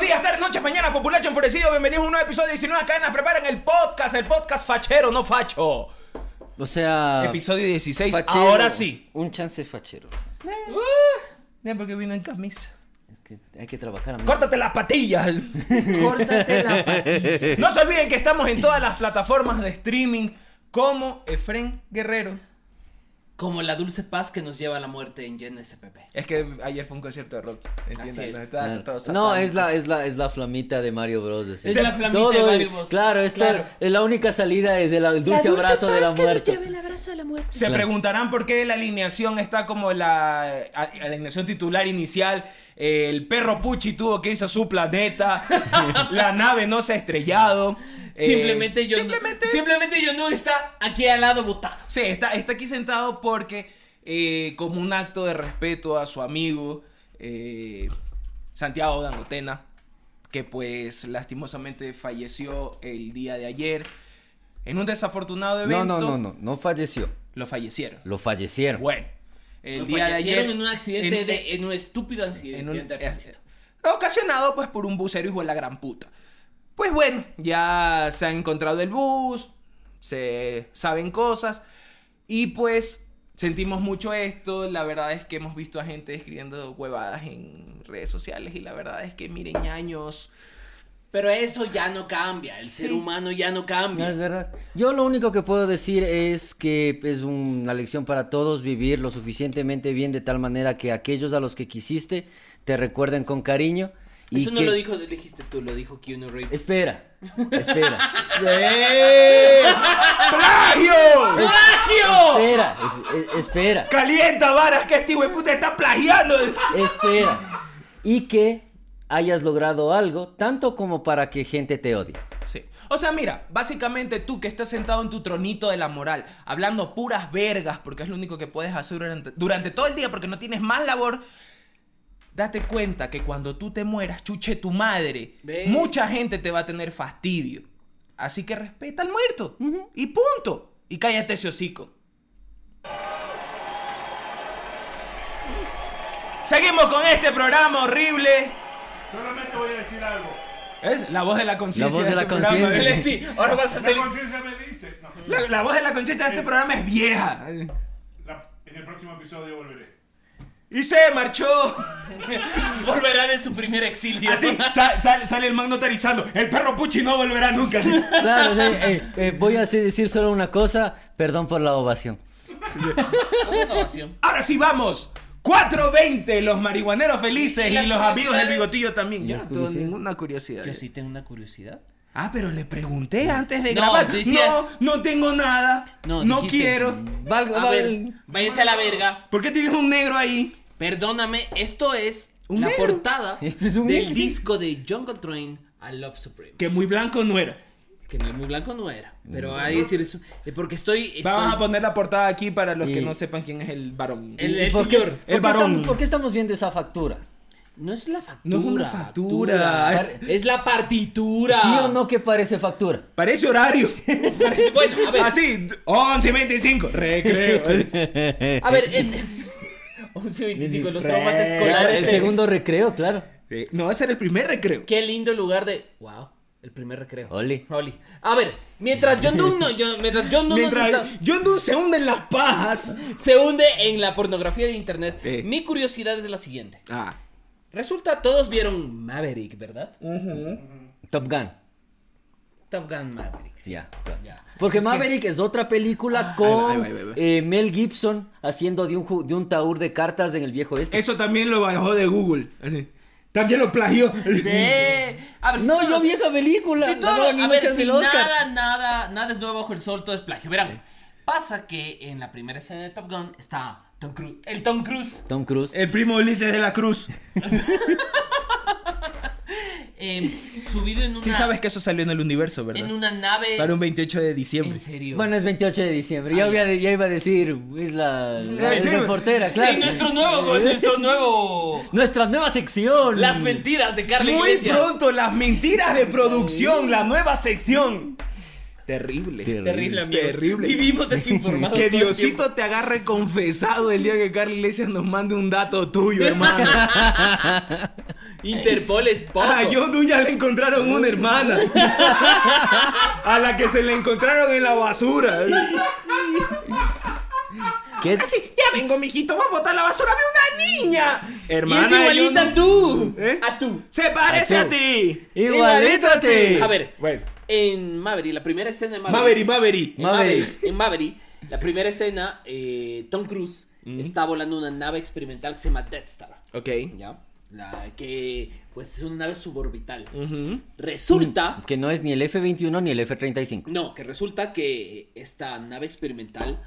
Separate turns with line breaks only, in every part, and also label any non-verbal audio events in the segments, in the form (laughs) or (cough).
días, tardes, noches, mañana, populacho enfurecido. Bienvenidos a un nuevo episodio de 19 Cadenas. Preparan el podcast, el podcast fachero, no facho.
O sea.
Episodio 16,
fachero.
ahora sí.
Un chance fachero.
Ya porque vino en camisa.
Es que hay que trabajar. amigo.
Córtate las patillas. (laughs)
Córtate la
No se olviden que estamos en todas las plataformas de streaming como Efren Guerrero.
Como la dulce paz que nos lleva a la muerte en Yen SPP.
Es que ayer fue un concierto de rock.
Así es.
¿entiendes?
Claro.
Está todo
Ah, No,
satánico.
es la, es la, es la flamita de Mario Bros. así.
Es la flamita de Mario Bros.
Claro, esta
Claro.
es la única salida es el, el dulce abrazo de la muerte.
el abrazo de la muerte.
Se
Claro.
preguntarán por qué la alineación está como la a- alineación titular inicial. Eh, El perro Puchi tuvo que irse a su
(laughs)
planeta. la nave no se ha estrellado. Eh,
Simplemente yo
simplemente-
no. Simplemente yo no está aquí al lado botado.
Sí, está, está aquí sentado porque, eh, como un acto de respeto a su amigo eh, Santiago Gangotena, que pues lastimosamente falleció el día de ayer en un desafortunado
No,
evento.
no, no, no, no falleció.
Lo fallecieron.
Lo fallecieron.
Bueno, el
Nos
día de
fallecieron
ayer.
en un accidente
en-
de. En un estúpido
en un- eh,
accidente. de tránsito.
ocasionado pues por un bucero hijo de la gran puta. Pues bueno, ya se ha encontrado el bus, se saben cosas y pues sentimos mucho esto. La verdad es que hemos visto a gente escribiendo huevadas en redes sociales y la verdad es que miren años.
Pero eso ya no cambia. El
Sí.
ser humano ya no
No es
cambia.
verdad. Yo lo único que puedo decir es que es una lección para todos vivir lo suficientemente bien de tal manera que aquellos a los que quisiste te recuerden con cariño. Y
Eso no
que-
lo dijo, lo dijiste tú, lo dijo Keanu (laughs) Reeves.
Espera, espera,
(laughs)
¡Eh! (laughs) ¡Plagio!
¡Plagio!
espera, es- es- espera.
¡Calienta varas que este hijo de puta está plagiando!
Espera. Y que hayas logrado algo, tanto como para que gente te odie.
Sí. O sea, mira, básicamente tú que estás sentado en tu tronito de la moral, hablando puras vergas, porque es lo único que puedes hacer durante, durante todo el día, porque no tienes más labor, date cuenta que cuando tú te mueras, chuche tu madre,
Ve.
mucha gente te va a tener fastidio. Así que respeta al muerto. Y punto. Y cállate ese hocico. Seguimos con este programa horrible.
Solamente voy a decir algo.
Es la voz de la conciencia.
voz de la
programa.
conciencia.
Dile, sí, ahora vas a
La
hacer.
conciencia me dice. No.
La, la voz de la conciencia de este programa es vieja.
La- en el próximo episodio volveré.
Y se marchó.
Volverá de su primer
(laughs)
exilio. (laughs)
Así Ah, sa- sal- sale el man notarizando. El perro Puchi no volverá nunca. Así.
Claro, o sea, eh, eh, voy a hacer- decir solo una cosa, perdón por la ovación.
Una ovación.
Ahora sí vamos. 4.20, los marihuaneros felices
¿Y
y,
las
los amigos del
curiosidades?
bigotillo también.
¿Y
Yo
las
no tengo
curiosidades?
ninguna curiosidad.
Yo sí tengo una curiosidad.
Ah, pero le pregunté antes de
No,
grabar.
decías-
No, no tengo nada. No,
No, dijiste-
quiero.
Valgo-
A
val-
ver, váyase a la verga.
¿Por qué tienes un negro ahí?
Perdóname, esto es
Un
la
negro.
portada
Esto es un
del
negro.
disco de Jungle Train I Love Supreme.
Que muy blanco no era.
Que no es muy blanco, no era. Pero hay que decir eso. eh, Porque estoy.
Vamos
estoy-
a poner la portada aquí para los que
Y-
no sepan quién es el varón.
El-
¿Y por
señor,
qué-
el
por qué
varón.
estamos- ¿Por qué estamos viendo esa factura?
No es la factura.
No es una factura.
factura. Es la partitura.
¿Sí o no que parece factura?
Parece
(laughs)
horario.
Parece- (laughs) Bueno, a ver.
Ah,
Así, 11 y 25, (laughs) recreo.
A ver, en. (laughs) 11.25, los traumas escolares.
este
el
de-
este segundo recreo, claro.
Sí, no, ese era el primer recreo.
Qué lindo lugar de. ¡Wow! El primer recreo.
Oli.
Oli. A ver, mientras
(laughs)
John Doe no, yo- mientras John Doe nos
Mientras
está-
John Doe se hunde en las pajas.
se hunde en la pornografía de internet,
Eh.
mi curiosidad es la siguiente.
Ah.
Resulta, todos vieron Maverick, ¿verdad?
Top Gun.
Top Gun Maverick. sí.
Ya.
Ya.
Porque Maverick es otra película
va,
con
Ah, ahí va, ahí va, ahí va.
eh, Mel Gibson haciendo de un, ju- de un taur de cartas en el viejo este.
Eso también lo bajó de Google. así. También lo plagió.
(laughs)
(laughs)
Ve. A ver, si
No,
todos
yo
los-
vi esa película.
Si todo,
Ganó la
a ver,
noche
si
del Oscar.
nada, nada, nada es nuevo bajo el sol, todo es plagio. Verán, pasa que en la primera escena de Top Gun está Tom Cruise. El Tom Cruise.
Tom Cruise.
El primo Ulises de la Cruz.
eh, subido en una,
Sí sabes que eso salió en el universo, ¿verdad?
en una nave.
Para un 28 de diciembre.
En serio.
Eh, Bueno, es 28 de diciembre. Ya, había- ya iba a decir, es la, la-
Eh,
es
sí,
la portera, claro.
Y nuestro nuevo, nuestro
(laughs)
nuevo.
Nuestra nueva sección.
Las mentiras de Carla
Muy
Iglesias.
pronto, las mentiras de producción, la nueva sección. Terrible.
Terrible.
Terrible, amigos.
Terrible.
Vivimos
(laughs)
desinformados.
Que
todo el tiempo.
Diosito te agarre (laughs) confesado el día que Carlos Iglesias nos mande un dato tuyo, hermano.
Interpol es poco.
A John Doe ya le encontraron una hermana. A la que se le encontraron en la basura.
¿Qué?
Así, ya vengo, mijito, va a botar la basura. ¡Ve una niña!
Y es
Hermana. de John
igualita a
Doe.
tú.
¿Eh?
A tú.
Se parece
A
a,
tú.
ti.
Igualito a ti.
A ver,
Bueno.
en Maverick, la primera escena de Maverick.
Maverick, Maverick.
En
Maverick.
Maverick, en Maverick, la primera escena, eh, Tom Cruise está volando una nave experimental que se llama Death Star.
Ok.
¿Ya? La que, pues, es una nave suborbital.
Ujú.
Resulta,
Mm, Que no es ni el F-21 ni el F-35.
no, que resulta que esta nave experimental,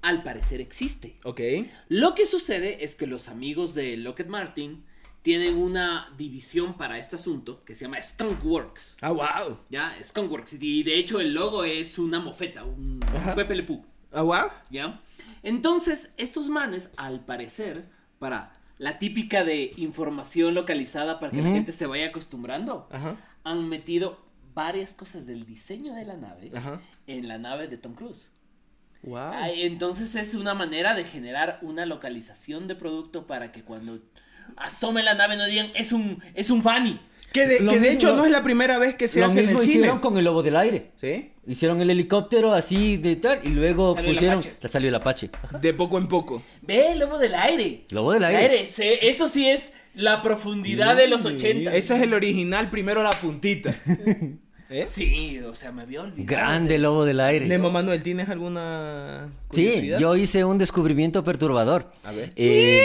al parecer, existe.
Ok.
Lo que sucede es que los amigos de Lockheed Martin tienen una división para este asunto que se llama Skunkworks.
Ah, wow.
¿Ya? Skunkworks. Y de hecho el logo es una mofeta, un
Ajá.
Pepe Le Pew,
Ah, wow.
¿Ya? Entonces, estos manes, al parecer, para la típica de información localizada para que la gente se vaya acostumbrando,
Ajá.
han metido varias cosas del diseño de la nave
Ajá. Ah.
en la nave de Tom Cruise.
Wow.
Ay, Entonces es una manera de generar una localización de producto para que cuando asome la nave no digan es un es un Fanny.
Que de,
Lo
que de
mismo-
hecho no es la primera vez que se
Lo
hace en el
mismo hicieron
cine.
con el Lobo del Aire.
¿Sí?
Hicieron el helicóptero así de tal y luego
Salió el
pusieron...
Apache.
Salió el Apache.
De poco en poco.
Ve el lobo del aire.
Lobo del aire.
se- eh, eso sí es la profundidad de los 80.
Ese es el original, primero la
(laughs)
puntita. ¿Eh?
Sí, o sea, me había olvidado.
Grande Lobo del Aire.
Nemo Manuel, ¿tienes alguna
Sí,
curiosidad?
yo hice un descubrimiento perturbador.
A ver.
Eh,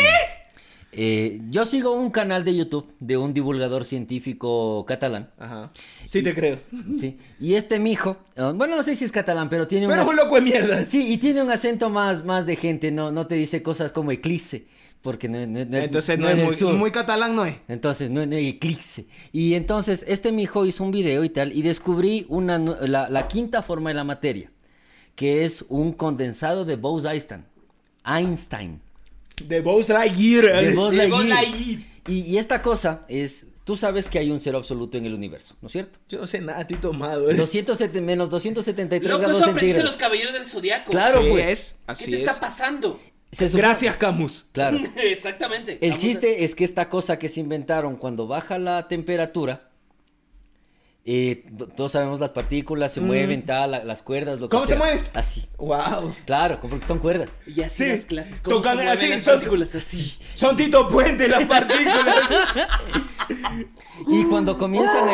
eh, yo sigo un canal de YouTube de un divulgador científico catalán.
Ajá. Sí te creo.
¿sí? Y este mijo, eh, bueno, no sé si es catalán, pero tiene
Pero es un
una...
loco de mierda.
Sí, y tiene un acento más, más de gente, no, no te dice cosas como eclipse, porque no, no- no-
Entonces no,
no del
es muy,
sur.
muy catalán, no es.
Entonces, no, no, eclipse. Y entonces, este mijo hizo un video y tal, y descubrí una, nu- la, la quinta forma de la materia, que es un condensado de Bose-Einstein. Einstein.
De Bose Lightyear.
De Buzz
De Buzz
Lightyear.
Lightyear.
Y, y esta cosa es, tú sabes que hay un cero absoluto en el universo, ¿no es
(laughs)
cierto?
Yo no sé nada, estoy tomado. ¿eh?
207 menos 273
Loco,
grados
eso aprendiste
centígrados.
los caballeros del zodiaco.
Claro,
Así
pues.
es,
¿Qué
así
te
es.
está pasando? (laughs)
Se supone-
Gracias, Camus.
Claro.
Exactamente.
El
Vamos a-
chiste es que esta cosa que se inventaron cuando baja la temperatura, eh, to- todos sabemos las partículas se mueven, tal, la- las cuerdas, lo que
Mm. ¿Cómo se
sea.
mueven?
Así.
Wow.
Claro, como porque son cuerdas.
Y así
Sí,
las clases como
tocan
se mueven
así,
las
son-
partículas así.
Son Tito Puente las
(laughs)
partículas. (gasps)
Y cuando comienzan
¡Ah!
a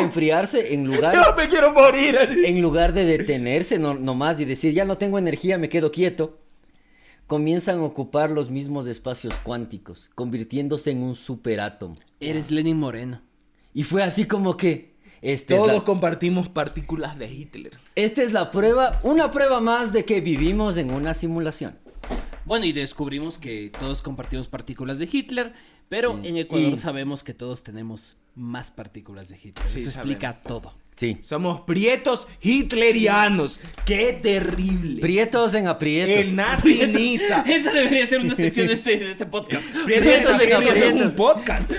(laughs)
enfriarse, en lugar,
Yo me quiero morir.
en lugar de detenerse no- nomás y decir, ya no tengo energía, me quedo quieto, comienzan a ocupar los mismos espacios cuánticos, convirtiéndose en un superátomo.
Eres Lenin Moreno.
Y fue así como que... Este es la-
Todos compartimos partículas de Hitler.
Esta es la prueba, una prueba más de que vivimos en una simulación.
Bueno, y descubrimos que todos compartimos partículas de Hitler, pero en Ecuador
Y-
sabemos que todos tenemos más partículas de Hitler.
Sí,
Eso explica todo. (laughs)
Sí.
Somos prietos hitlerianos. ¡Qué terrible!
Prietos en aprietos.
El nazi
(laughs)
Niza.
Esa debería ser una sección de este, de este podcast.
Prietos
Prietos en
en aprietos.
aprietos.
Es un podcast.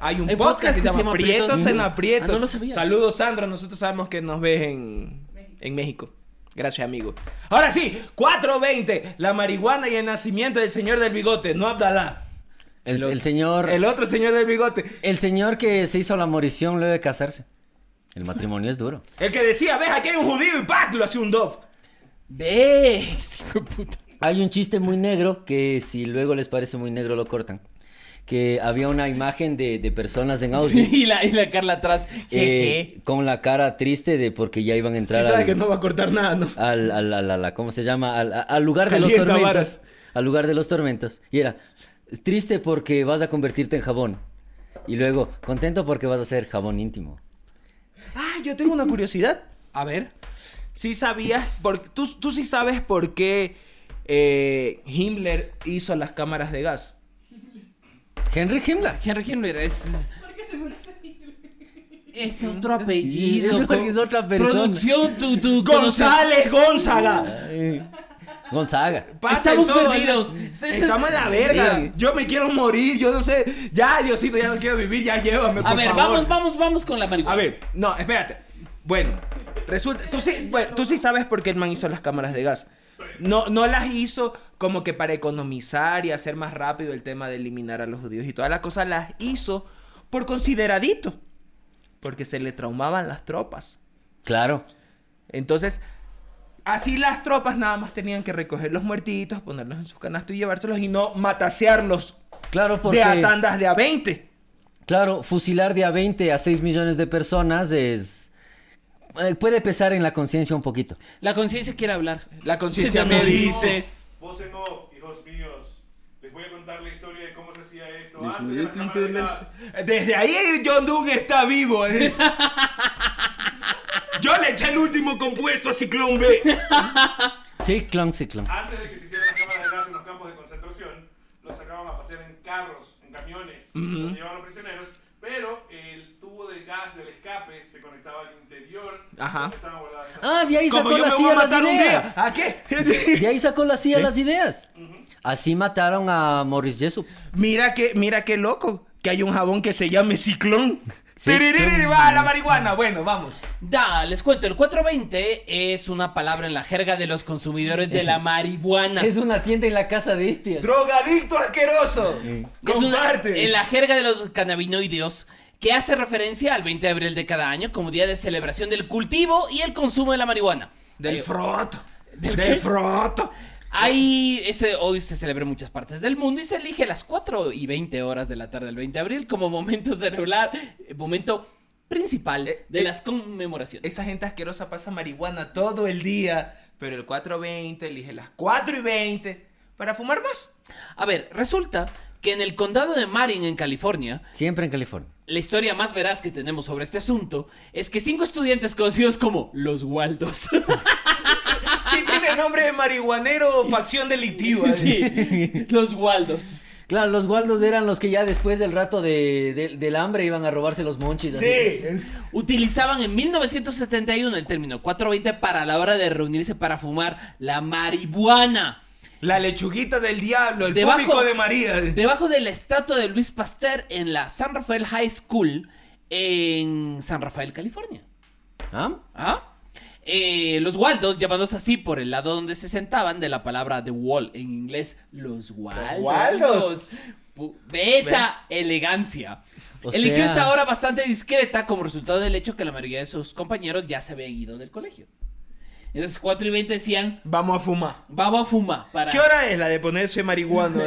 Hay un
Hay
podcast, que se llama Prietos, en Aprietos.
Ah, no lo sabía.
Saludos, Sandra. Nosotros sabemos que nos ves en, en México. Gracias, amigo. Ahora sí, 420. La marihuana y el nacimiento del señor del bigote, no Abdalá.
El, el señor.
El
El...
otro señor del bigote.
señor que se hizo la morición luego de casarse. El matrimonio es duro.
El que decía, ves, aquí hay un judío y ¡pac! lo hace un dove.
Ve, este hijo de puta.
Hay un chiste muy negro que si luego les parece muy negro lo cortan. Que había una imagen de, de personas (laughs) en audio
Y la, y la Carla atrás. Jeje.
(laughs)
con la cara triste de porque ya iban a
Sí
entrar
sabe
al-
que no va a cortar nada, ¿no?
al, al, al, al- al- ¿cómo se llama? Al, a- al lugar de los
Calienta
tormentos.
varas.
Al lugar de los tormentos. Y era, triste porque vas a convertirte en jabón. Y luego, contento porque vas a ser jabón íntimo.
Ah, yo tengo una curiosidad.
A ver.
Sí sabías, por, tú, tú sí sabes por qué eh, Himmler hizo las cámaras de gas.
Henry Himmler.
Henry Himmler es. Es otro
Y
apellido.
eso porque es otra persona.
Producción, tu, tu
González Gonzaga.
Gonzaga.
Pasa
Estamos
en todo,
perdidos.
¿eh?
Este- este-
Estamos en la verga.
Mira.
Yo me quiero morir. Yo no sé. Ya, Diosito, ya no quiero vivir. Ya llévame, por
A ver,
favor.
vamos, vamos, vamos con la marihuana.
A ver, no, espérate. Bueno, resulta. Tú sí, bueno, tú sí sabes por qué el man hizo las cámaras de gas. No, no las hizo como que para economizar y hacer más rápido el tema de eliminar a los judíos y toda la cosa. Las hizo por consideradito, porque se le traumaban las tropas.
Claro.
Entonces, así las tropas nada más tenían que recoger los muertitos, ponerlos en sus canastos y llevárselos y no matasearlos
Claro, porque.
de a tandas de a 20.
Claro, fusilar de a 20 a 6 millones de personas es. eh, Puede pesar en la conciencia un poquito.
La conciencia quiere hablar.
La conciencia
Sí,
me
sí, sí.
dice.
Voz en off, hijos míos. Les voy a contar la historia de cómo se hacía esto
Desde
antes de
el
las cámaras
quinto de
de
las-
gas.
Desde ahí John Doe está vivo. (laughs) ¿eh? Yo le eché el último compuesto a Ciclón B.
Ciclón, ciclón.
Antes de que se hicieran las cámaras de gas en los campos de concentración, los sacaban a pasear en carros, en camiones, los llevaban los prisioneros, pero el tubo de gas del escape se conectaba al interior
Ajá.
donde estaban guardadas las
Ah, de ahí
Como
sacó
yo
la
me voy
silla
a
las
matar un día. ¿Eh?
ideas.
¿A qué?
De ahí sacó la silla las ideas. Así mataron a Morris Jessup.
(laughs) Mira que, mira qué loco que hay un jabón que se llame Ciclón.
Ciclón.
Tiririri, va la marihuana. Bueno, vamos.
Da, les cuento, el 420 es una palabra en la jerga de los consumidores de la marihuana.
Es una tienda en la casa de este, Istia.
Drogadicto asqueroso.
Es una-
Comparte.
en la jerga de los cannabinoideos que hace referencia al 20 de abril de cada año como día de celebración del cultivo y el consumo de la marihuana. Eh,
Del
Hay-
froto. Del,
qué?
froto.
Hay, ese, hoy se celebra en muchas partes del mundo y se elige las 4 y 20 horas de la tarde del 20 de abril como momento (laughs) celular, momento principal
Eh,
de
eh,
las conmemoraciones.
Esa gente asquerosa pasa marihuana todo el día. Pero el 4.20 elige las 4 y 20 para fumar más.
A ver, resulta que en el condado de Marin, en California,
Siempre en California.
La historia más veraz que tenemos sobre este asunto es que cinco estudiantes conocidos como los Waldos (laughs)
Sí tiene nombre de marihuanero o facción delictiva.
Sí, los Waldos.
Claro, los Waldos eran los que ya después del rato de, de- del hambre iban a robarse los monchis. así.
Utilizaban en 1971 el término 420 para la hora de reunirse para fumar la marihuana.
La lechuguita del diablo, el
Debajo-
público de María.
Debajo de la estatua de Luis Pasteur en la San Rafael High School en San Rafael, California.
¿Ah?
¿Ah? Eh, los Waldos, llamados así por el lado donde se sentaban de la palabra the wall en inglés, los Waldos.
Waldos.
Pu- Ve esa elegancia.
O
Eligió
sea-
esa hora bastante discreta como resultado del hecho que la mayoría de sus compañeros ya se habían ido del colegio. Entonces 4 y 20 decían,
Vamos a fumar.
vamos a fumar para
¿Qué hora es la de ponerse
(laughs)
marihuana?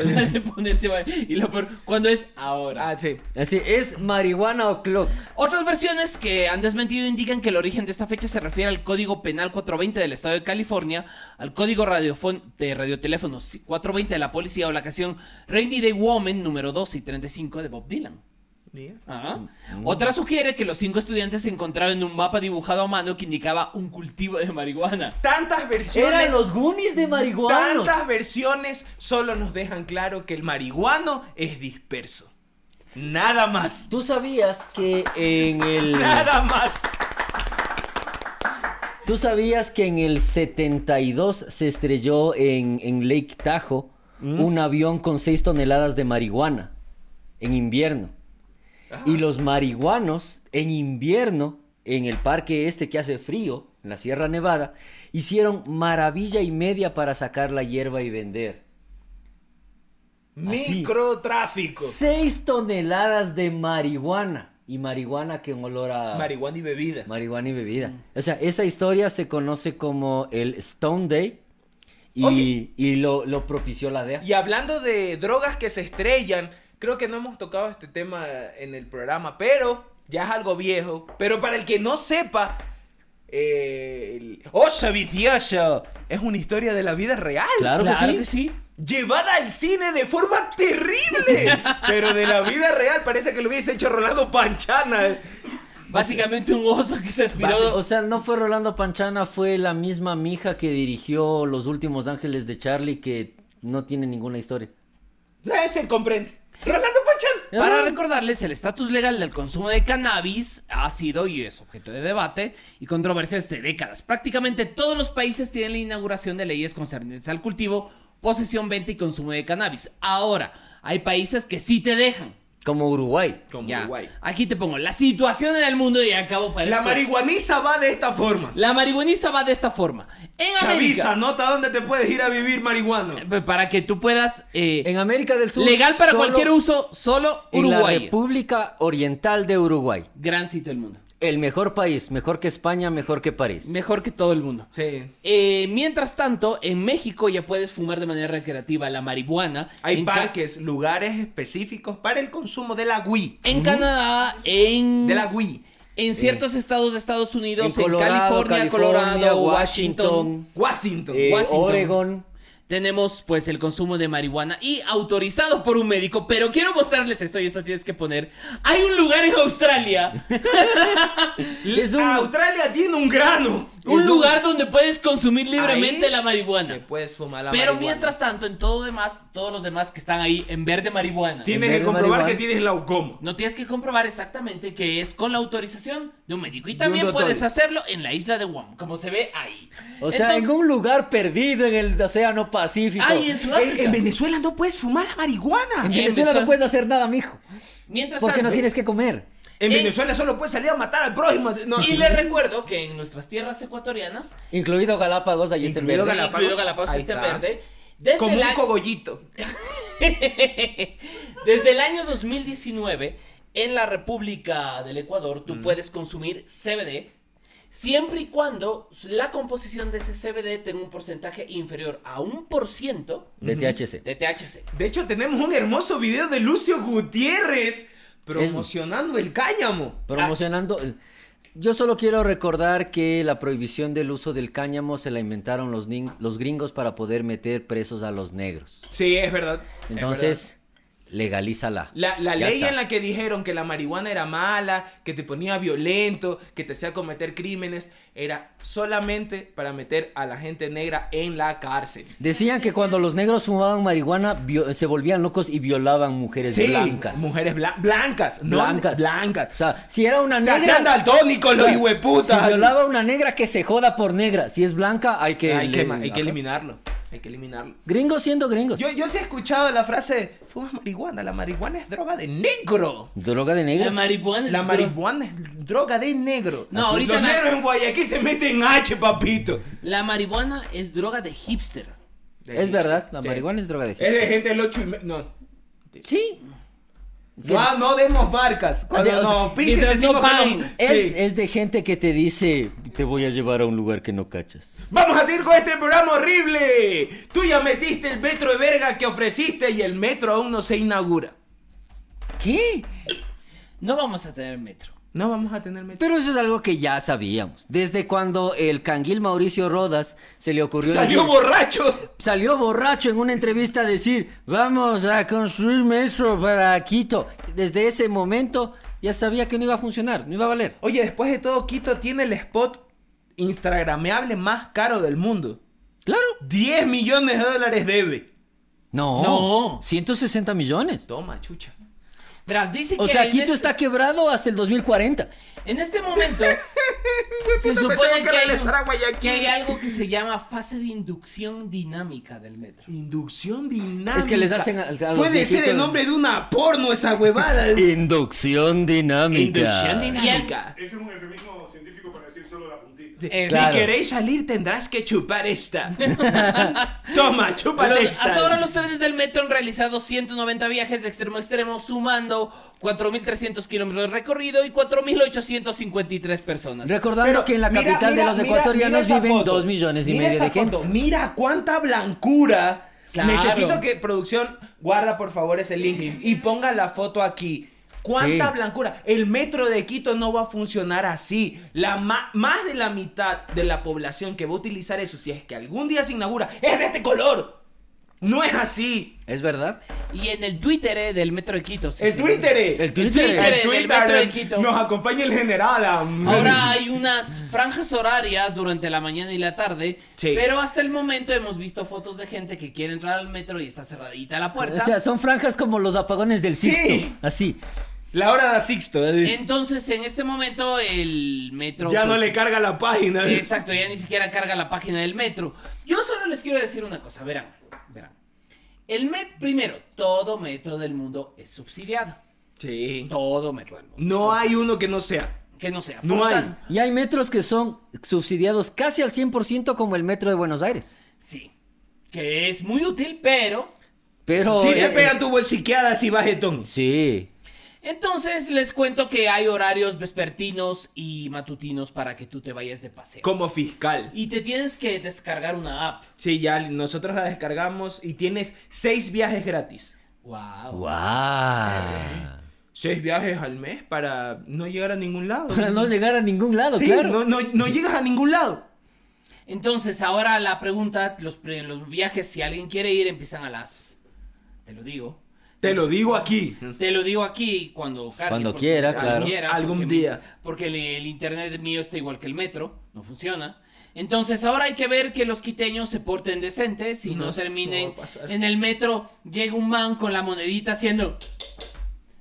ponerse mal". Y lo peor, cuando es ahora.
ah, sí.
Así, ¿es marihuana o clock?
Otras versiones que han desmentido indican que el origen de esta fecha se refiere al Código Penal 420 del Estado de California, al Código radiofón de Radioteléfonos 420 de la Policía o la canción Rainy Day Woman número 2 y 35 de Bob Dylan. Ajá.
Mm.
Otra sugiere que los cinco estudiantes se encontraron en un mapa dibujado a mano que indicaba un cultivo de marihuana.
Tantas
Eran
versiones.
los Goonies de marihuana.
Tantas versiones solo nos dejan claro que el marihuano es disperso. Nada más.
¿Tú sabías que en el...
Nada más.
¿Tú sabías que en el 72 se estrelló en, en Lake Tahoe un avión con 6 toneladas de marihuana en invierno? Y los marihuanos en invierno, en el parque este que hace frío, en la Sierra Nevada, hicieron maravilla y media para sacar la hierba y vender.
Microtráfico.
6 toneladas de marihuana. Y marihuana que en olor a...
Marihuana y bebida.
Marihuana y bebida. O sea, esa historia se conoce como el Stone Day y,
Oye.
y lo, lo propició la DEA.
Y hablando de drogas que se estrellan, creo que no hemos tocado este tema en el programa, pero ya es algo viejo. Pero para el que no sepa, eh, el Oso Vicioso es una historia de la vida real.
Claro,
Claro
que
que
sí.
sí.
Llevada al cine de forma
(laughs)
terrible, pero de la vida real parece que lo hubiese hecho Rolando Panchana.
Básicamente un oso que se
Basi-
inspiró.
o sea, no fue Rolando Panchana, fue la misma mija que dirigió Los Últimos Ángeles de Charlie que no tiene ninguna historia.
Eh, se comprende. Rolando Panchana.
Para
Ah,
recordarles, el estatus legal del consumo de cannabis ha sido y es objeto de debate y controversia desde décadas. Prácticamente todos los países tienen la inauguración de leyes concernientes al cultivo, posesión, venta y consumo de cannabis. Ahora, hay países que sí te dejan.
Como Uruguay.
Como
Ya.
Uruguay.
Aquí te pongo la situación en el mundo y acabo para
La marihuaniza va de esta forma.
La marihuaniza va de esta forma. En
Chavisa,
América,
nota dónde te puedes ir a vivir marihuano.
eh, para que tú puedas eh,
En América del Sur.
legal para
solo
cualquier uso, solo
En la
Uruguay.
República Oriental de Uruguay.
Gran sitio del mundo.
El mejor país, mejor que España, mejor que París.
Mejor que todo el mundo.
Sí.
Eh, mientras tanto, en México ya puedes fumar de manera recreativa la marihuana.
Hay
en Ca-
parques, lugares específicos para el consumo de la Wii.
En Canadá, en,
De la Eh. Wii.
en ciertos estados de Estados
En
Unidos, en,
Colorado,
California, Colorado, Washington,
Washington.
eh,
Washington.
Oregon.
tenemos pues el consumo de marihuana y autorizado por un médico. Pero quiero mostrarles esto y esto tienes que poner. Hay un lugar en
(laughs)
Australia,
Es un-
Australia tiene un grano.
un lugar donde puedes consumir libremente
Ahí
la marihuana.
Te puedes fumar la
Pero
marihuana.
mientras tanto, en todo demás, todos los demás que están ahí en verde marihuana,
Tienes
En vez
que
de
comprobar
marihuana-
que tienes glaucoma.
no tienes que comprobar exactamente que es con la autorización de un médico. Y
un
también
doctor.
puedes hacerlo en la isla de Guam, como se ve ahí.
O sea, en
Entonces-
un lugar perdido en el Océano Pacífico.
Ay, en
Eh, En,
Sudáfrica.
en Venezuela no puedes fumar la
En
marihuana.
Eh,
Venezuela
Venezuela-
no puedes hacer nada, mijo.
Mientras
Porque
tanto,
no tienes que comer.
En
eh.
Venezuela solo puedes salir a matar al prójimo. No.
y les recuerdo que en nuestras tierras ecuatorianas,
Incluido Galápagos, ahí está en
Incluido
verde.
Galápagos.
incluido Galapagos
Ahí
este
está.
verde, desde
(laughs) Como
el
un
año-
cogollito.
(laughs) Desde el año 2019, en la República del Ecuador,
Mm.
tú puedes consumir CBD siempre y cuando la composición de ese CBD tenga un porcentaje inferior a un por ciento
De THC.
de THC.
De hecho, tenemos un hermoso video de Lucio Gutiérrez promocionando el cáñamo.
Promocionando. el- Yo solo quiero recordar que la prohibición del uso del cáñamo se la inventaron los, nin- los gringos para poder meter presos a los negros.
Sí, es verdad. es verdad.
Entonces, legalízala.
La, la
Ya
ley
está.
en la que dijeron que la marihuana era mala, que te ponía violento, que te hacía cometer crímenes, era solamente para meter a la gente negra en la cárcel.
Decían que cuando los negros fumaban marihuana vio- se volvían locos y violaban mujeres
Sí,
blancas.
mujeres bla- blancas, no
blancas.
blancas.
O sea, si era una
O
negra.
sea, sean daltónicos los
Bueno,
hijueputas.
Si violaba a una negra que se joda por negra. Si es blanca, hay que.
Hay que, ma- hay
Ajá.
que eliminarlo. Hay que eliminarlo.
Gringos siendo gringos.
Yo, yo sí he escuchado la frase, fumas marihuana, la marihuana es droga de negro.
Droga de
La
negro.
marihuana es
La
dro-
marihuana es droga de negro.
No, ahorita
Los
la-
negros en Guayaquil se meten H, papito.
la marihuana es droga de hipster.
Es verdad, la
Sí.
marihuana es droga de
Es de gente del 8 y me- No.
Sí. Que-
No, no demos marcas. Cuando
Ah, O sea,
nos pisen,
mientras no
decimos que
paguen.
no-
Es,
Sí.
es de gente que te dice, te voy a llevar a un lugar que no cachas.
Vamos a seguir con este programa horrible. Tú ya metiste el metro de verga que ofreciste y el metro aún no se inaugura.
¿Qué?
No vamos a tener metro.
No vamos a tener metro.
Pero eso es algo que ya sabíamos. Desde cuando el canguil Mauricio Rodas se le ocurrió...
Salió
decir-
borracho.
salió borracho en una entrevista a decir, vamos a construir metro para Quito. Desde ese momento ya sabía que no iba a funcionar, no iba a valer.
Oye, después de todo, Quito tiene el spot instagrameable más caro del mundo.
Claro.
10 millones de dólares debe.
No.
No.
160 millones.
Toma, chucha.
Verás, dice
O
que
sea,
en
Quito
este-
está quebrado hasta el 2040.
En este
(laughs)
momento
Puta,
se
me tengo
supone
que
que hay, un-
regresar a Guayaquil.
que hay algo que se llama fase de inducción dinámica del metro.
Inducción dinámica.
Es que les hacen a- a los
Puede ser
viejitos-
el nombre de una porno esa huevada.
(laughs) Inducción dinámica.
Ah.
(laughs)
dinámica.
Ese es un eufemismo científico para decir solo la puntita.
Eh,
Claro.
Si queréis salir tendrás que chupar esta. Toma,
Pero
chúpate esta.
hasta ahora los trenes del metro han realizado 190 viajes de extremo a extremo, sumando 4.300 kilómetros de recorrido y 4.853 personas.
Recordando que en la
mira,
capital
mira,
de los
mira,
ecuatorianos
mira esa
viven
foto.
dos millones y
Mira
medio
esa
de gente.
foto, Mira cuánta blancura.
Claro.
Necesito que producción guarda por favor ese link
Sí.
y ponga la foto aquí. Cuánta
Sí.
blancura. El metro de Quito no va a funcionar así. La ma- más de la mitad de la población que va a utilizar eso, si es que algún día se inaugura, es de este color. No es así.
¿Es verdad?
Y en el Twitter eh, del metro de Quito. sí,
el
sí.
Twitter.
El
Twitter.
Twitter.
del metro de Quito.
Nos acompaña el general. am.
Ahora hay unas franjas horarias durante la mañana y la tarde,
Sí.
pero hasta el momento hemos visto fotos de gente que quiere entrar al metro y está cerradita la puerta.
O sea, son franjas como los apagones del
Sí.
Sixto. Así.
La hora de Sixto. eh.
Entonces, en este momento, el metro.
Ya no
pues,
le carga la página. eh.
Exacto, ya ni siquiera carga la página del metro. Yo solo les quiero decir una cosa, verán, verán. El met, primero, todo metro del mundo es subsidiado.
Sí.
Todo Metroidvania.
No hay uno que no sea.
Que no sea.
No
Por
hay.
tan-
Y hay metros que son subsidiados casi al 100% como el metro de Buenos Aires.
Sí. Que es muy útil, pero.
Pero...
Si te
eh,
pegan tu bolsiqueada si vas jetón.
Sí.
Entonces les cuento que hay horarios vespertinos y matutinos para que tú te vayas de paseo.
Como fiscal.
Y te tienes que descargar una app.
Sí, ya nosotros la descargamos y tienes seis viajes gratis.
Wow.
¡Guau!
Seis viajes al mes para no llegar a ningún lado.
Para no llegar a ningún lado,
Sí,
claro.
no, no, no llegas a ningún lado.
Entonces ahora la pregunta, los, pre- los viajes, si alguien quiere ir, empiezan a las... Te lo digo.
Te lo digo aquí.
Te lo digo aquí cuando cargue,
Cuando
porque-
quiera,
cuando
claro.
porque
Algún
mi-
día.
porque el, el internet mío está igual que el metro, no funciona. Entonces ahora hay que ver que los quiteños se porten decentes y no,
No,
terminen
no va a pasar.
en el metro. Llega un man con la monedita haciendo...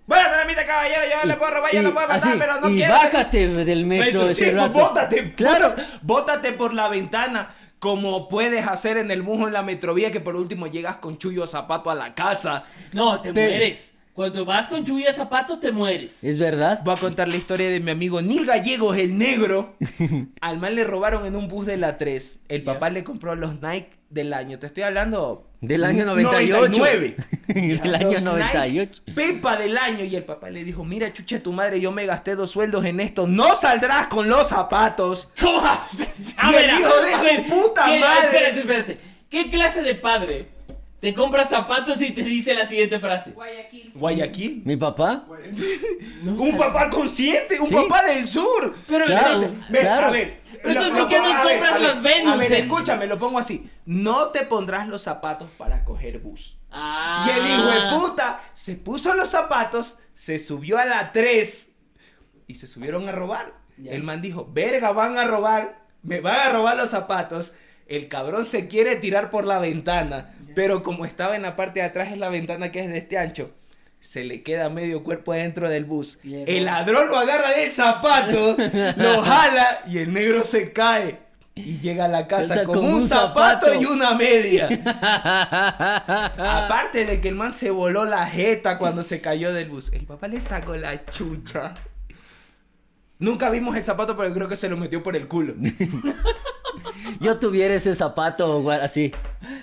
Bueno, tramita caballero, yo le puedo robar, yo
Y-
le puedo matar,
así,
pero no
y
quiero.
bájate del metro
Metro,
ese
Sí,
rato.
bótate,
Claro.
claro. Bótate por la ventana. Como puedes hacer en el mundo en la metrovía, que por último llegas con chullo zapato a la casa.
No, te
Pero-
mueres. Cuando vas con lluvia de zapato, te mueres.
Es verdad.
Voy a contar la historia de mi amigo Nil Gallegos, el negro. Al man le robaron en un bus de la 3. El papá le compró los Nike del año. Te estoy hablando.
Del año 98.
99. (laughs)
del año
Los Nike
98.
Pepa del año. Y el papá le dijo: Mira, chucha, tu madre, yo me gasté dos sueldos en esto. No saldrás con los zapatos.
(laughs) ¿Cómo? A
Y el hijo de
a
su puta
¿qué- Ah,
madre?
Espérate, espérate. ¿Qué clase de padre te compra zapatos y te dice la siguiente frase?
Guayaquil.
Guayaquil.
Mi papá.
un papá consciente, un
Sí.
papá del sur.
Pero
Claro.
Entonces, ve,
claro.
a ver.
Pero entonces,
lo-
¿por qué
lo-
no
a ver,
compras
a ver,
los Venus,
A ver,
eh?
escúchame, lo pongo así. No te pondrás los zapatos para coger bus.
Ah.
Y el hijo de puta se puso los zapatos, se subió a la 3 y se subieron a robar. El man dijo, verga, van a robar, me van a robar los zapatos. El cabrón se quiere tirar por la ventana, pero como estaba en la parte de atrás es la ventana que es de este ancho, se le queda medio cuerpo adentro del bus.
Mierda.
El ladrón lo agarra del zapato, lo jala y el negro se cae. Y llega a la casa
Está
con,
con
un,
un
zapato y
zapato.
una
(laughs)
media. Aparte de que el man se voló la jeta cuando se cayó del bus. El papá le sacó la chucha. Nunca vimos el zapato, pero creo que se lo metió por el
(laughs)
culo.
Yo tuviera ese zapato o algo así.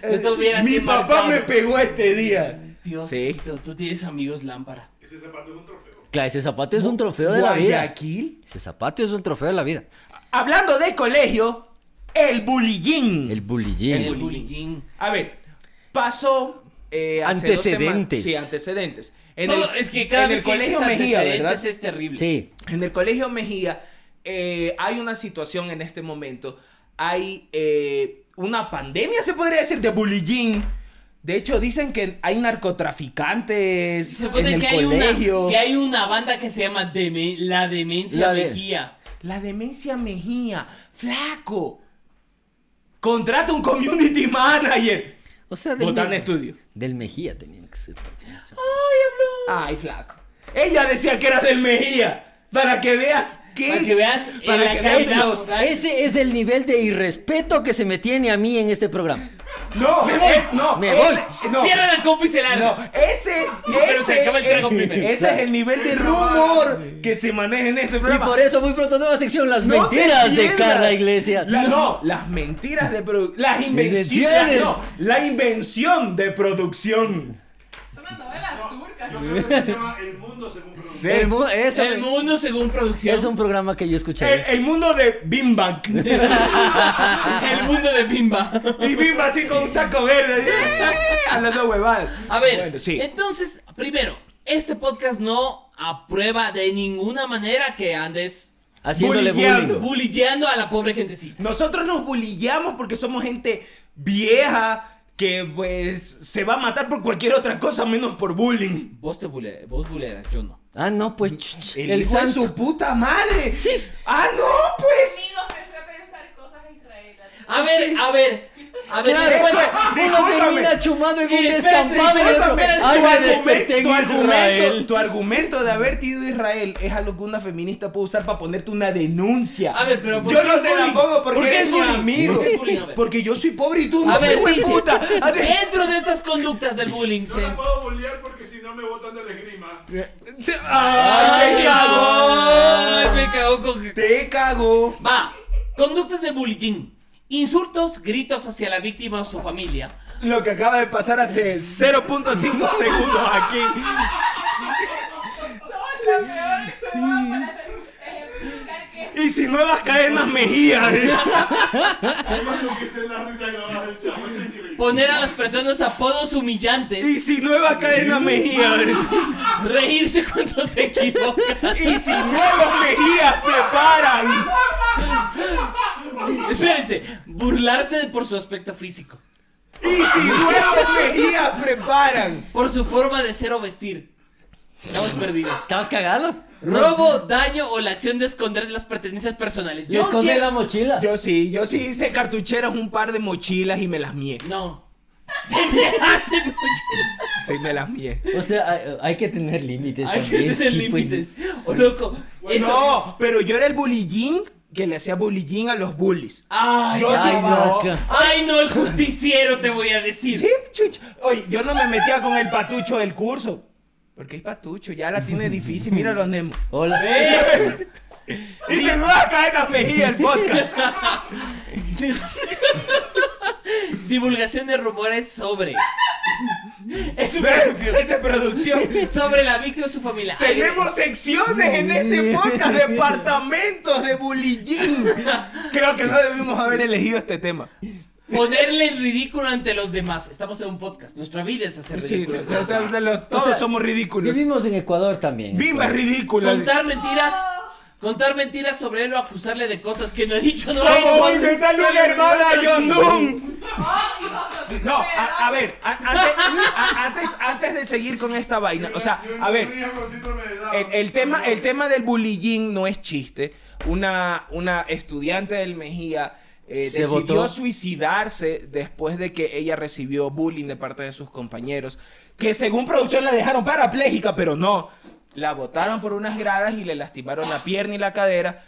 Yo te hubiera
Eh, Mi
así
papá
marcado.
me pegó este día.
Dios,
Sí.
tú, tú tienes amigos lámpara.
Ese zapato es un trofeo.
Claro, ese zapato es un trofeo de la vida.
Guayaquil.
Ese zapato es un trofeo de la vida.
Hablando de colegio, el bullying.
El bullying.
El
bullying.
bullying.
A ver, pasó. eh, hace dos semanas-
Antecedentes.
sí, antecedentes. En
Todo-
el,
es que cada
en
vez
el
que dices
colegio Mejía,
antecedentes
¿verdad?
es terrible.
Sí.
En el Colegio Mejía eh, hay una situación en este momento. Hay eh, una pandemia, se podría decir, de bullying. De hecho, dicen que hay narcotraficantes
Se
en
supone
el
que hay,
colegio.
una, que hay una banda que se llama Deme- La Demencia
La de-
Mejía.
La demencia Mejía, flaco. Contrata un community manager.
O sea, del,
Botán
Me-
Estudio.
del Mejía tenía que ser.
Ay, flaco. Ella decía que era del Mejía. Para que veas que.
Para que veas en
Para
la
que veas
calidad
los-
moral.
Ese es el nivel de irrespeto que se me tiene a mí en este programa.
No,
Me voy.
es- no,
Me
ese-
voy.
no.
Cierra la copa y se larga.
No, ese,
Pero se
ese-
acaba el trago
eh,
primero.
ese es el nivel de rumor que se maneja en este
Ah, Y
programa.
por eso muy pronto nueva sección, las
No te
mentiras de
pierdas.
Carla Iglesias.
La- no, las mentiras de producción. Las
Invenciones.
invenciones. No, la invención de producción.
Son las novelas turcas.
Yo creo que se llama El Mundo Según Producción.
El mu- eh. eso
El mundo según producción.
es un programa que yo
El,
escuché.
el mundo de
(laughs)
Bimbang.
(laughs) El mundo de Bimba.
Y Bimba así con un saco verde. así,
(laughs)
¡eh! Hablando huevadas.
A ver,
Bueno, sí.
entonces, primero, este podcast no aprueba de ninguna manera que andes
Haciéndole
bullyingando.
bullying.
bulilleando a la pobre gentecita.
Nosotros nos bulillamos porque somos gente vieja que pues se va a matar por cualquier otra cosa menos por bullying.
Vos te bule, vos bulearás, yo no.
Ah, no, pues ch- ch-
El,
el,
hijo de
santo.
su puta madre. Ah, no, pues.
Amigos, me fui a pensar cosas israelitas.
A ver, a ver, A ver,
Claro,
después-
pues, uno
discúlpame.
termina chumado en
Y
un
espérate,
descampado y
discúlpame,
otro,
espérate,
ay,
tu,
me
argumento-
desperté en
tu argumento,
Israel.
tu argumento de haber ido a Israel es algo que una feminista puede usar para ponerte una denuncia.
A ver, pero ¿por
yo
qué
no
es
te la
bullying?
pongo porque
¿Por qué
eres
es
mi
bullying?
amigo.
¿Por qué es bullying? A ver.
Porque yo soy pobre y tú
A
no,
ver,
hijo de
dice, (laughs)
puta. A ver,
dentro de estas conductas del bullying,
No
se-
la puedo bullear porque si no me botan de la esgrima.
se- ¡Ay, te
Ay,
cagó!
me cagó con...
¡Te cagó!
Va, conductas del bullying. Insultos, gritos hacia la víctima o su familia.
Lo que acaba de pasar hace 0.5 segundos aquí.
Somos la peor prueba para ejemplificar que
Y si nuevas cadenas Mejía.
Macho, que se la risa grabada del chavo, es increíble.
Poner a las personas apodos humillantes.
Y si nuevas cadenas (laughs) Mejía. ¿eh?
Reírse cuando se equivoca.
(laughs) Y si nuevos Mejías preparan.
Espérense, burlarse por su aspecto físico.
Y si nuevos Mejías preparan.
Por su forma de ser o vestir. Estamos perdidos.
¿Estamos cagados?
Robo, daño o la acción de esconder las pertenencias personales.
Yo escondí
quiero-
la mochila.
Yo sí, yo sí hice cartucheras un par de mochilas y me las mié.
No. Te (laughs) miraste mucho.
Sí, me las mié.
O sea, hay, hay que tener límites
Hay que
también,
tener
sí, pues.
límites. O loco. Eso.
No, pero yo era el bullying que le hacía bullying a los bullies.
Ay,
Yo
ay,
sí, no.
vasca.
ay, no, el justiciero te voy a decir.
Sí, chucha. Oye, yo no me metía con el patucho del curso. Porque es patucho, ya la tiene difícil, mira (laughs) los Nemo.
Hola.
Eh,
Y se me va a caer las mejillas el podcast.
(laughs) Divulgación de rumores sobre. Es
(laughs)
una
Ve,
producción.
Esa producción.
Sobre la víctima o su familia. Ay,
Tenemos secciones en este podcast, departamentos de bullying. Creo que no debimos haber elegido este tema.
Ponerle en ridículo ante los demás. Estamos en un podcast. Nuestra vida es hacer
Sí,
ridículo.
todos- todos
O sea,
somos ridículos.
Vivimos en Ecuador también.
Bimba es ridícula.
Contar mentiras. Contar mentiras sobre él o acusarle de cosas que no he dicho, no he
¿Cómo
hecho.
inventarle una hermana a Yondun?
¡Oh, hijos de
No,
su
a, a
pedo!
ver, a- antes, a- antes, antes de seguir con esta vaina, o sea,
Yo no
a ver,
tenía con síndrome de Down.
El, el tema, el tema del bullying no es chiste. Una, una estudiante del Mejía eh,
Se
decidió
votó.
suicidarse después de que ella recibió bullying de parte de sus compañeros, que según producción la dejaron parapléjica, pero no. La botaron por unas gradas y le lastimaron la pierna y la cadera.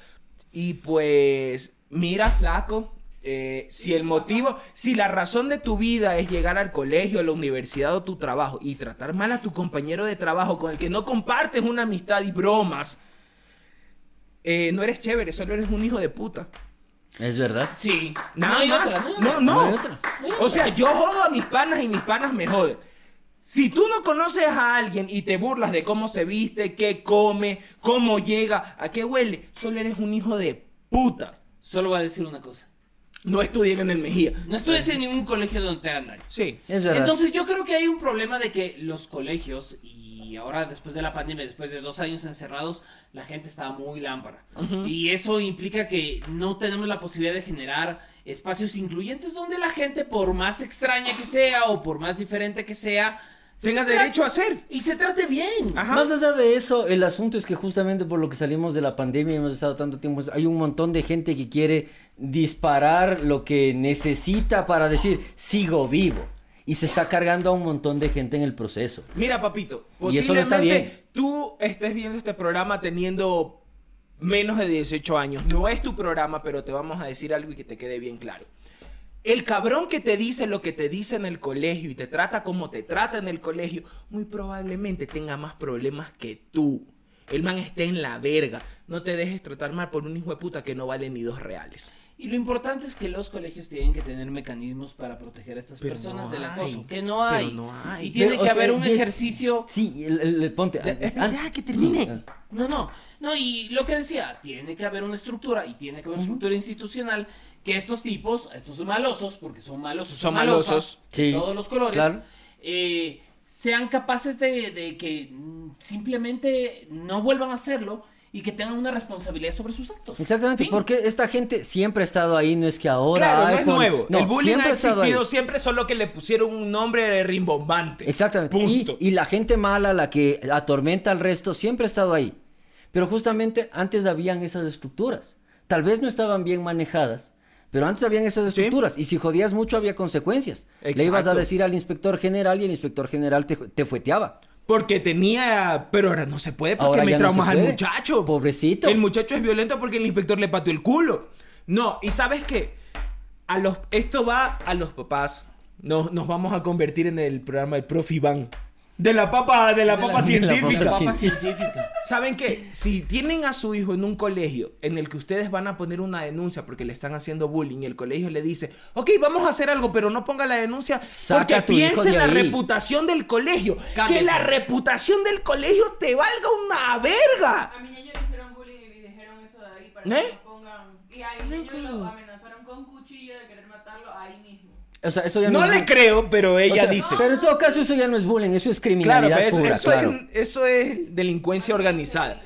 Y pues, mira, flaco, eh, si el motivo, si la razón de tu vida es llegar al colegio, a la universidad o tu trabajo y tratar mal a tu compañero de trabajo con el que no compartes una amistad y bromas, eh, no eres chévere, solo eres un hijo de puta.
Es verdad.
Sí.
Nada
hay
más.
otra, hay otra.
no,
no
no.
hay otra.
O sea, yo jodo a mis panas y mis panas me joden. Si tú no conoces a alguien y te burlas de cómo se viste, qué come, cómo llega, a qué huele, solo eres un hijo de puta.
Solo voy a decir una cosa.
No estudien en el Mejía.
No estudies en ningún colegio donde te hagan daño.
Sí.
Es verdad.
Entonces yo creo que hay un problema de que los colegios y ahora después de la pandemia, después de dos años encerrados, la gente estaba muy lámpara. Y eso implica que no tenemos la posibilidad de generar espacios incluyentes donde la gente, por más extraña que sea o por más diferente que sea, se
Tenga
trate-
derecho a ser.
Y se trate bien.
Ajá.
Más allá de eso, el asunto es que justamente por lo que salimos de la pandemia y hemos estado tanto tiempo, pues, hay un montón de gente que quiere disparar lo que necesita para decir, sigo vivo. Y se está cargando a un montón de gente en el proceso.
Mira, papito,
Y eso no
posiblemente
está bien.
tú estés viendo este programa teniendo menos de 18 años. No es tu programa, pero te vamos a decir algo y que te quede bien claro. El cabrón que te dice lo que te dice en el colegio y te trata como te trata en el colegio, muy probablemente tenga más problemas que tú. El man esté en la verga. No te dejes tratar mal por un hijo de puta que no vale ni dos reales.
Y lo importante es que los colegios tienen que tener mecanismos para proteger a estas
Pero
personas
no
del
hay.
acoso, que no hay.
Pero no hay.
Y tiene
Pero, o
que haber
sea,
un
y es-
ejercicio
Sí, el, el- el- ponte. ah,
que termine.
No, no, no, y lo que decía, tiene que haber una estructura y tiene que haber una estructura institucional que estos tipos, estos malosos, porque son malosos,
Son
malosas,
malosos.
Sí,
de todos los colores,
claro.
eh, sean capaces de, de que mm, simplemente no vuelvan a hacerlo y que tengan una responsabilidad sobre sus actos.
Exactamente,
Fin.
porque esta gente siempre ha estado ahí, no es que ahora.
Claro, no
hay
es
con-
nuevo.
no,
el bullying
siempre
ha
estado ahí.
existido siempre, solo que le pusieron un nombre rimbombante.
Exactamente.
Punto.
Y, y la gente mala, la que atormenta al resto, siempre ha estado ahí. Pero justamente antes habían esas estructuras. Tal vez no estaban bien manejadas, Pero antes habían esas estructuras y si jodías mucho había consecuencias. Le ibas a
Exacto.
decir al inspector general y el inspector general te, te fueteaba.
Porque tenía. Pero ahora no se puede porque
Ahora
me
ya no
traumas
se
al
puede.
muchacho.
Pobrecito.
El muchacho es violento porque el inspector le pateó el culo. No, y sabes qué? A los, esto va a los papás. Nos, nos vamos a convertir en el programa del profe Iván. De la papa, de la
De
papa
la- de la papa
científica.
científica.
Papa científica.
¿Saben qué? Si tienen a su hijo en un colegio en el que ustedes van a poner una denuncia porque le están haciendo bullying y el colegio le dice, ok, vamos a hacer algo, pero no ponga la denuncia
Saca
porque
a tu hijo
piensa en
de
la
ahí".
reputación del colegio. Que
Cámbiate.
la reputación del colegio te valga una verga.
A mi niño le hicieron bullying y le dijeron eso de ahí para
¿Eh?
que no pongan. Y ahí niños lo amenazaron con cuchillo de querer matarlo ahí mismo.
O sea, eso ya
No
es
le
bu-
creo, pero
o
ella
sea,
dice.
Pero en todo caso eso ya no es bullying, eso es
Claro,
criminalidad
pero eso,
pura,
eso
claro.
es, eso es delincuencia organizada.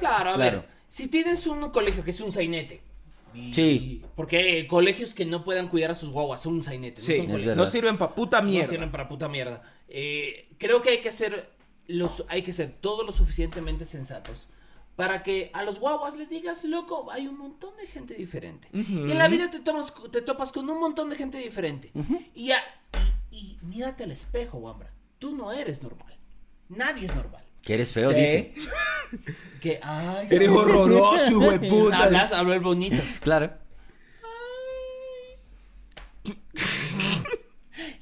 Claro, a
Claro.
ver. Si tienes un colegio que es un sainete. y-
Sí.
Porque eh, colegios que no puedan cuidar a sus guaguas son un sainete. no
Sí,
son colegios.
verdad.
no sirven para puta
No
mierda.
sirven para puta mierda. Eh, creo que hay que ser los, hay que ser todo lo suficientemente sensatos para que a los guaguas les digas, loco, hay un montón de gente diferente. Y en la vida te, tomas, te topas con un montón de gente diferente. y, a- y, y mírate al espejo, guambra. Tú no eres normal. Nadie es normal.
Que eres feo,
Sí.
dice.
Que, ay,
Eres
¿sabes?
horroroso, hijo de puta.
Hablas, hablas bonito.
Claro.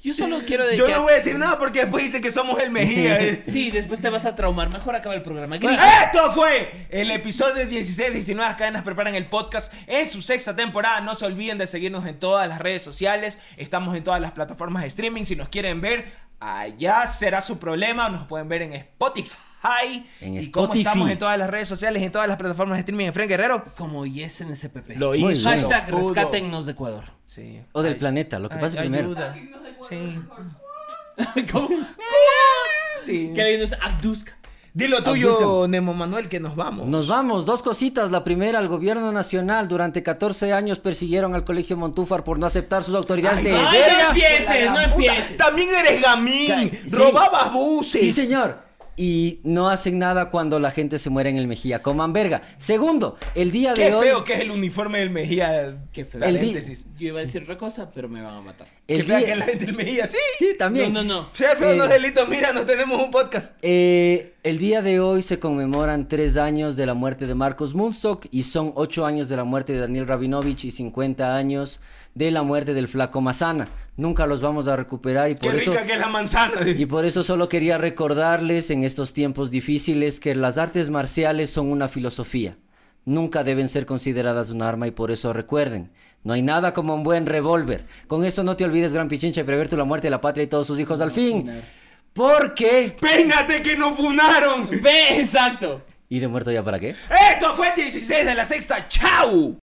Yo solo quiero decir...
Yo no voy a decir nada porque después dice que somos el
(laughs)
Mejía.
Sí, después te vas a traumar. Mejor acaba el programa. Grita.
Esto fue el episodio 16 19 Las Cadenas Preparan el Podcast en su sexta temporada. No se olviden de seguirnos en todas las redes sociales. Estamos en todas las plataformas de streaming. Si nos quieren ver, allá será su problema. Nos pueden ver en Spotify.
En
y como
Spotify.
estamos en todas las redes sociales, en todas las plataformas de streaming, en Fren Guerrero.
Como yes en SPP.
Lo
Muy
hizo.
bien.
Hashtag
Pudo.
rescátennos de Ecuador.
Sí.
O del
Ay,
planeta, lo que
ay,
pasa primero.
ayuda. Sí.
(laughs) ¿Cómo?
Sí.
Que alguien nos abduzca.
Dilo tuyo, Nemo Manuel, que nos vamos.
Nos vamos, dos cositas. La primera, el gobierno nacional durante 14 años persiguieron al colegio Montúfar por no aceptar sus autoridades de
ay,
verga.
no empieces, no
Puta,
empieces.
También eres gamín.
Ca- sí.
Robabas buses.
Sí, señor. Y no hacen nada cuando la gente se muere en el Mejía. Coman verga. Segundo, el día de
Qué
hoy.
feo que es el uniforme del Mejía.
Qué feo.
El di-
Paréntesis.
Yo iba a decir otra cosa, pero me van a matar.
Qué
el
fea
día-
que es la gente del Mejía. Sí.
Sí, también.
No, no, no.
Ser feo
Eh.
no es delito. Mira, nos tenemos un podcast.
Eh, el día de hoy se conmemoran tres años de la muerte de Marcos Munstock y son ocho años de la muerte de Daniel Rabinovich y 50 años de la muerte del flaco Mazana. Nunca los vamos a recuperar y
Qué
por eso
rica que es la manzana.
Y por eso solo quería recordarles en estos tiempos difíciles que las artes marciales son una filosofía. Nunca deben ser consideradas un arma y por eso recuerden, no hay nada como un buen revólver. Con eso no te olvides, gran pichincha, de prever tú la muerte de la patria y todos sus hijos al fin. Porque...
Pénate que nos funaron.
Ve, exacto.
¿Y de muerto ya para qué?
Esto fue el 16 de la sexta. ¡Chao!